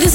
this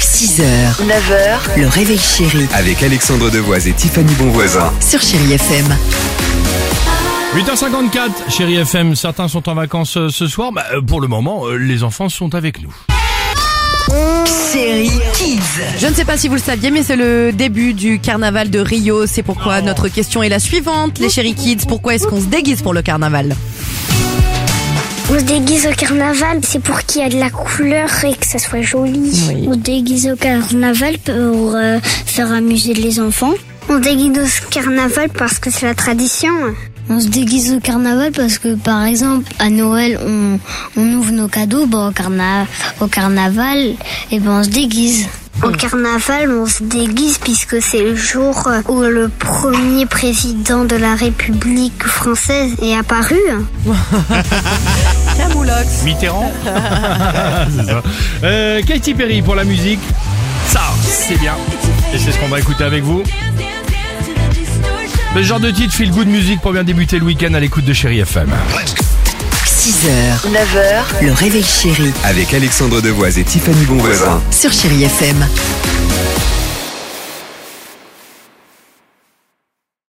6h, 9h, le réveil chéri avec Alexandre Devoise et Tiffany Bonvoisin. sur Chérie FM. 8h54, chérie FM, certains sont en vacances euh, ce soir. Bah, euh, pour le moment, euh, les enfants sont avec nous. Chérie Kids. Je ne sais pas si vous le saviez, mais c'est le début du carnaval de Rio. C'est pourquoi Oh. notre question est la suivante. Les chéri kids, pourquoi est-ce qu'on se déguise pour le carnaval On se déguise au carnaval, c'est pour qu'il y ait de la couleur et que ça soit joli. On se déguise au carnaval pour euh, faire amuser les enfants. On se déguise au carnaval parce que c'est la tradition. On se déguise au carnaval parce que, par exemple, à Noël, on, ouvre nos cadeaux. au, carnaval, et ben on se déguise. Au carnaval, on se déguise puisque c'est le jour où le premier président de la République française est apparu. Camoulox. Mitterrand C'est ça. Euh, Katy Perry pour la musique. Ça, c'est bien. Et c'est ce qu'on va écouter avec vous. Le genre de titre feel good music pour bien débuter le week-end à l'écoute de chérie FM. 6h, 9h, le réveil chéri Avec Alexandre Devoise et Tiffany Bonvoisin. sur Chérie FM.